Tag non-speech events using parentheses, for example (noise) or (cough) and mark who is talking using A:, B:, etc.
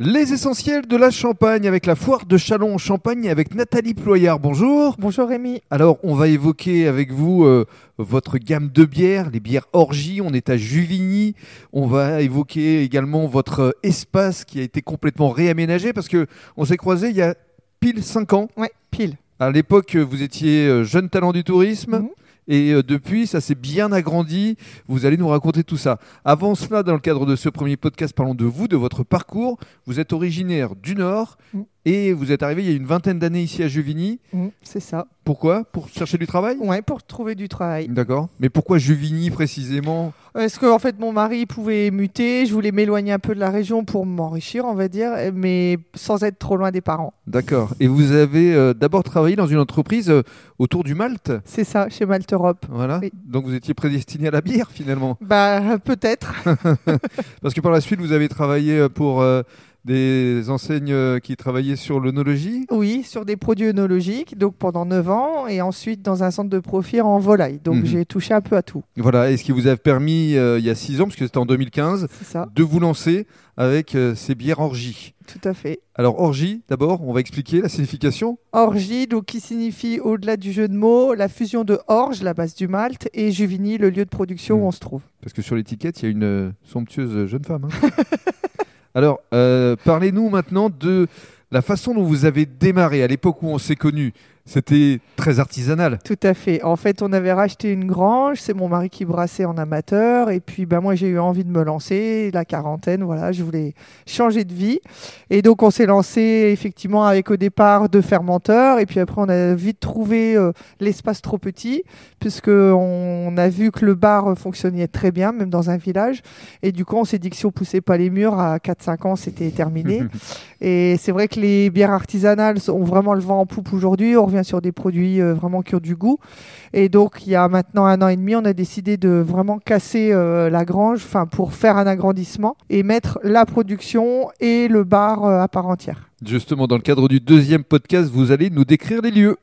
A: Les essentiels de la Champagne avec la foire de Chalon en Champagne avec Nathalie Ployard. Bonjour.
B: Bonjour Rémi.
A: Alors, on va évoquer avec vous euh, votre gamme de bières, les bières Orgie. On est à Juvigny. On va évoquer également votre euh, espace qui a été complètement réaménagé parce que on s'est croisé il y a pile 5 ans.
B: Ouais, pile.
A: À l'époque, vous étiez euh, jeune talent du tourisme.
B: Mhm.
A: Et euh, depuis, ça s'est bien agrandi. Vous allez nous raconter tout ça. Avant cela, dans le cadre de ce premier podcast, parlons de vous, de votre parcours. Vous êtes originaire du Nord
B: Mm.
A: et vous êtes arrivé il y a une vingtaine d'années ici à Juvigny.
B: Mm, c'est ça.
A: Pourquoi Pour chercher du travail
B: Ouais, pour trouver du travail.
A: D'accord. Mais pourquoi Juvigny précisément
B: Est-ce que en fait mon mari pouvait muter Je voulais m'éloigner un peu de la région pour m'enrichir, on va dire, mais sans être trop loin des parents.
A: D'accord. Et vous avez euh, d'abord travaillé dans une entreprise euh, autour du Malte.
B: C'est ça, chez Malte Europe.
A: Voilà.
B: Oui.
A: Donc vous étiez prédestiné à la bière finalement.
B: Bah peut-être.
A: Parce que par la suite, vous avez travaillé euh, pour euh, des enseignes euh, qui travaillaient sur l'onologie.
B: Oui, sur des produits œnologiques, donc pendant 9 ans, et ensuite dans un centre de profit en volaille. Donc
A: Mhm.
B: j'ai touché un peu à tout.
A: Voilà, et ce qui vous a permis, euh, il y a six ans, puisque c'était en 2015,
B: C'est ça,
A: de vous lancer avec euh, ces bières orgie.
B: tout à fait.
A: Alors, orgie, d'abord, on va expliquer la signification.
B: Orgie, donc qui signifie au-delà du jeu de mots, la fusion de orge, la base du Malte, et Juvigny, le lieu de production
A: Mhm.
B: où on se trouve.
A: Parce que sur l'étiquette, il y a une euh, somptueuse jeune femme. hein. Alors, euh, parlez-nous maintenant de la façon dont vous avez démarré à l'époque où on s'est connus. C'était très artisanal.
B: Tout à fait. En fait, on avait racheté une grange, c'est mon mari qui brassait en amateur, et puis ben, moi j'ai eu envie de me lancer, la quarantaine, voilà, je voulais changer de vie. Et donc on s'est lancé effectivement avec au départ deux fermenteurs, et puis après on a vite trouvé euh, l'espace trop petit, puisqu'on a vu que le bar euh, fonctionnait très bien, même dans un village, et du coup on s'est dit que si on poussait pas les murs, à 4-5 ans
A: (laughs)
B: c'était terminé. Et c'est vrai que les bières artisanales ont vraiment le vent en poupe aujourd'hui. On revient sur des produits euh, vraiment qui ont du goût. Et donc, il y a maintenant un an et demi, on a décidé de vraiment casser euh, la grange enfin, pour faire un agrandissement et mettre la production et le bar euh, à part entière.
A: Justement, dans le cadre du deuxième podcast, vous allez nous décrire les lieux.